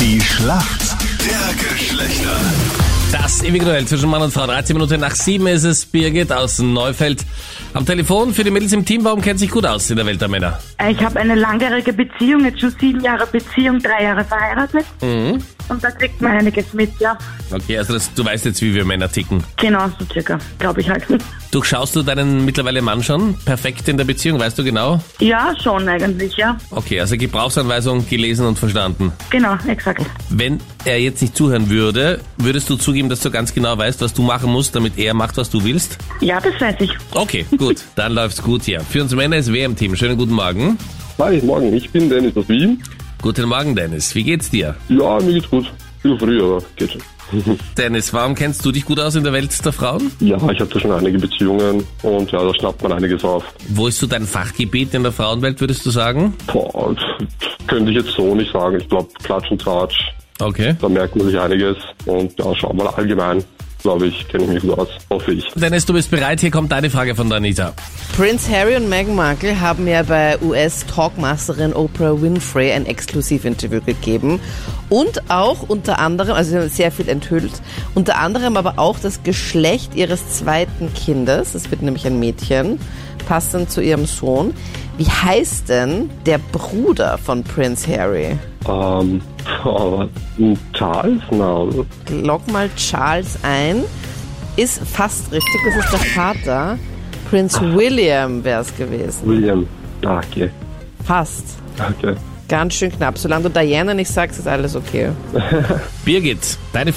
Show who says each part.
Speaker 1: Die Schlacht der Geschlechter.
Speaker 2: Das ewige Duell zwischen Mann und Frau. 13 Minuten nach 7 ist es. Birgit aus Neufeld am Telefon für die Mädels im Team. Warum kennt sich gut aus in der Welt der Männer?
Speaker 3: Ich habe eine langjährige Beziehung, jetzt schon sieben Jahre Beziehung, drei Jahre verheiratet. Und da kriegt man einiges mit, ja.
Speaker 2: Okay, also das, du weißt jetzt, wie wir Männer ticken.
Speaker 3: Genau, so circa, glaube ich halt.
Speaker 2: Durchschaust du deinen mittlerweile Mann schon? Perfekt in der Beziehung, weißt du genau?
Speaker 3: Ja, schon eigentlich, ja.
Speaker 2: Okay, also Gebrauchsanweisung gelesen und verstanden.
Speaker 3: Genau, exakt.
Speaker 2: Wenn er jetzt nicht zuhören würde, würdest du zugeben, dass du ganz genau weißt, was du machen musst, damit er macht, was du willst?
Speaker 3: Ja, das weiß ich.
Speaker 2: Okay, gut, dann läuft's gut hier. Für uns Männer ist WM-Team. Schönen guten Morgen.
Speaker 4: Hi, morgen, ich bin Dennis aus Wien.
Speaker 2: Guten Morgen, Dennis. Wie geht's dir?
Speaker 4: Ja, mir geht's gut. Bisschen früh, aber geht schon.
Speaker 2: Dennis, warum kennst du dich gut aus in der Welt der Frauen?
Speaker 4: Ja, ich hatte schon einige Beziehungen und ja, da schnappt man einiges auf.
Speaker 2: Wo ist so dein Fachgebiet in der Frauenwelt, würdest du sagen?
Speaker 4: Boah, das könnte ich jetzt so nicht sagen. Ich glaube, Klatsch und Tratsch,
Speaker 2: Okay.
Speaker 4: da merkt man sich einiges. Und ja, schau mal allgemein, glaube ich, kenne ich mich gut aus. Hoffe ich.
Speaker 2: Dennis, du bist bereit. Hier kommt deine Frage von Danita.
Speaker 5: Prince Harry und Meghan Markle haben ja bei US-Talkmasterin Oprah Winfrey ein Exklusivinterview gegeben und auch unter anderem, also sie haben sehr viel enthüllt, unter anderem aber auch das Geschlecht ihres zweiten Kindes, es wird nämlich ein Mädchen, passend zu ihrem Sohn. Wie heißt denn der Bruder von Prince Harry?
Speaker 4: Ähm, aber ein Charles? Na,
Speaker 5: Log mal Charles ein. Ist fast richtig, das ist der Vater. Prince William wäre es gewesen.
Speaker 4: William. Ah, okay.
Speaker 5: Fast.
Speaker 4: Okay.
Speaker 5: Ganz schön knapp. Solange du Diana nicht sagst, ist alles okay.
Speaker 2: Birgit, deine